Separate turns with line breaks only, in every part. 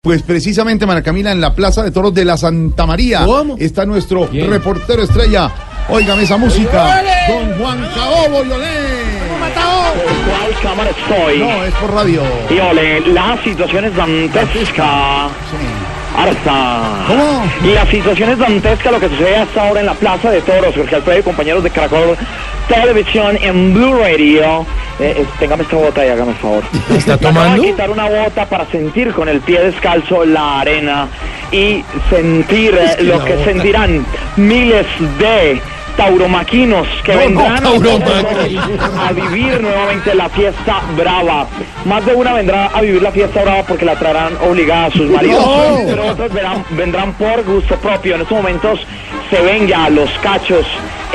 Pues precisamente, Mara Camila, en la Plaza de Toros de la Santa María
¿Cómo?
está nuestro reportero estrella. Óigame esa música. Don Juan Caobo Yolé.
¿Cuál cámara estoy?
No, es por radio.
Y ole, la situación es dantesca. Arsa.
¿Cómo?
La situación es dantesca lo que sucede hasta ahora en la Plaza de Toros. Jorge Alfredo y compañeros de Caracol Televisión en Blue Radio. Eh, eh, téngame esta bota y hágame el favor.
¿Está
Me acabo de
tomando?
quitar una bota para sentir con el pie descalzo la arena y sentir eh,
que
lo
la
que
bota.
sentirán miles de tauromaquinos que
No, no,
vendrán a-
tauromaquinos.
a vivir nuevamente la fiesta brava. Más de una vendrá a vivir la fiesta brava porque la traerán obligada a sus maridos,
No.
pero otros verán- vendrán por gusto propio. En estos momentos se ven ya los cachos,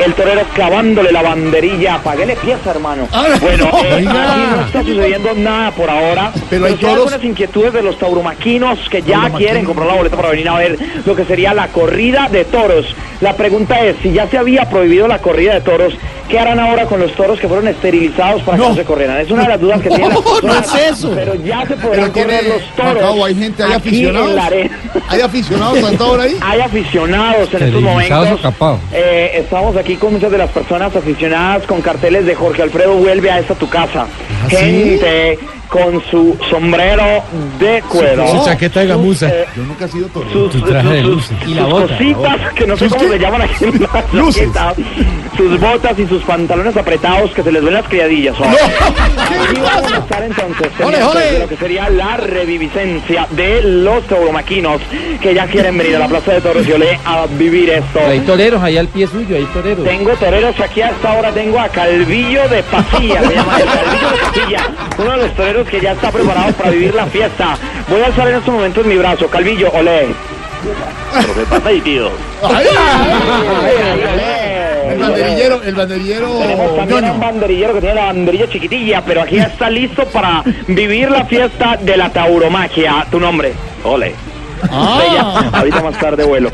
el torero clavándole la banderilla. Apaguele pieza, hermano.
Ah,
Bueno,
no.
eh,
Oiga.
aquí no está sucediendo nada por ahora,
Pero hay
sí
toros.
algunas inquietudes de los tauromaquinos que ya
Tauromaquinos.
quieren comprar la boleta para venir a ver lo que sería la corrida de toros. La pregunta es, si ya se había prohibido la corrida de toros, ¿qué harán ahora con los toros que fueron esterilizados para
No.
que no se corrieran? Es una de las dudas que tienen las
No, no
personas,
es eso.
Pero ya se podrán
Pero tiene,
correr los toros.
Macao, hay gente, hay
aquí
aficionados.
en la arena.
¿Hay aficionados a esta hora ahí?
Hay aficionados en estos
Esterilizados
momentos.
o capados.
Eh, estamos aquí con muchas de las personas aficionadas con carteles de Jorge Alfredo vuelve a esta tu casa.
¿Ah, ¿sí?
Gente con su sombrero de cuero.
Su
chaqueta de gamuza.
eh,
Yo nunca he sido torero.
sus,
Tu traje de
sus-
luces.
sus
Y la bota,
cositas que no sé
¿Sus
cómo
qué?
se llaman aquí en la
Luces.
chaqueta, sus botas y sus pantalones apretados que se les ven las criadillas. ahora. Aquí vamos a estar entonces
Ole,
pendientes
ole.
de lo que sería la reviviscencia de los tauromaquinos que ya quieren venir a la Plaza de Toros y Olé a vivir esto.
Hay toreros allá al pie suyo, hay toreros.
Tengo toreros aquí hasta ahora, tengo a Calvillo de Pasilla, se llama el Calvillo de Pasilla, uno de los toreros que ya está preparado para vivir la fiesta. Voy a alzar en estos momentos mi brazo, Calvillo, olé. Pero qué pasa ahí, tío.
Ay,
Olé.
El banderillero, el banderillero
Tenemos también a un
ñoño.
banderillero que tiene la banderilla chiquitilla, pero aquí ya está listo para vivir la fiesta de la tauromagia. Tu nombre, ole.
Ah,
Ahorita más tarde vuelo.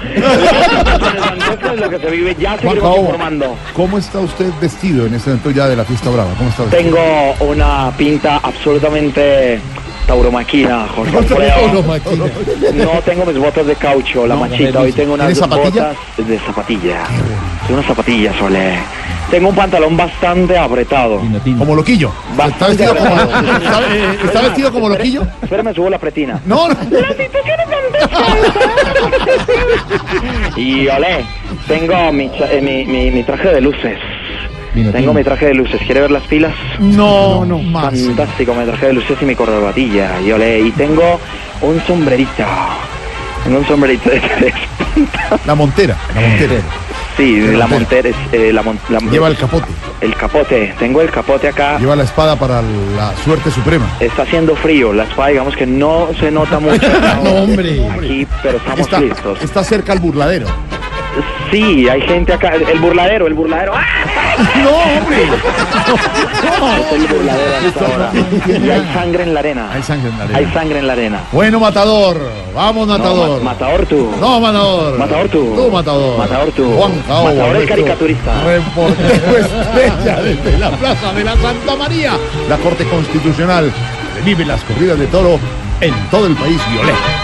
Entonces, lo que se vive ya
Juan
seguimos
Caobo,
informando.
¿cómo está usted vestido en este momento ya de la fiesta brava? ¿Cómo está vestido?
Tengo una pinta absolutamente tauromaquina, Jorge
No,
Alfredo.
máquina.
No tengo mis botas de caucho, la machita. Hoy tengo unas
¿Tienes zapatilla?
botas de zapatilla. Tengo unas zapatillas, Ole. Tengo un pantalón bastante apretado.
Como loquillo. ¿Está
Bastante
vestido como,
apretado.
está- eh,
Es
está
más,
vestido como
espere-
loquillo?
Espérame, subo la pretina.
No, no.
Y Ole, tengo mi, cha- eh, mi, mi- mi traje de luces. Tengo mi traje de luces. ¿Quiere ver las pilas?
No, no. Más.
Fantástico, me traje de luces y mi corbatilla. Y ole, y tengo un sombrerito. Tengo un sombrerito de tres puntas.
La montera. La montera.
Sí,
Pero
la
pero-
Monteres, eh, la, mon- la-
Lleva el capote.
el capote. Tengo el capote acá.
Lleva la espada para la suerte suprema.
Está haciendo frío. La espada, digamos que no se nota mucho.
No, hombre.
Aquí, pero estamos
Está,
listos.
está cerca al burladero.
Sí, hay gente acá. El, el burladero, el burladero. ¡Ah!
No, hombre.
Es el burladero hasta ahora. Y hay sangre en la arena.
Hay sangre en la arena.
Hay sangre en la arena.
Bueno, matador. Vamos,
No,
matador.
ma- matador tú.
No, matador.
Matador tú.
Tú, matador.
Matador tú.
Juan Caobo,
Matador el
nuestro
caricaturista.
Reportero estrella desde la Plaza de la Santa María. La Corte Constitucional vive las corridas de toro en todo el país. Violeta.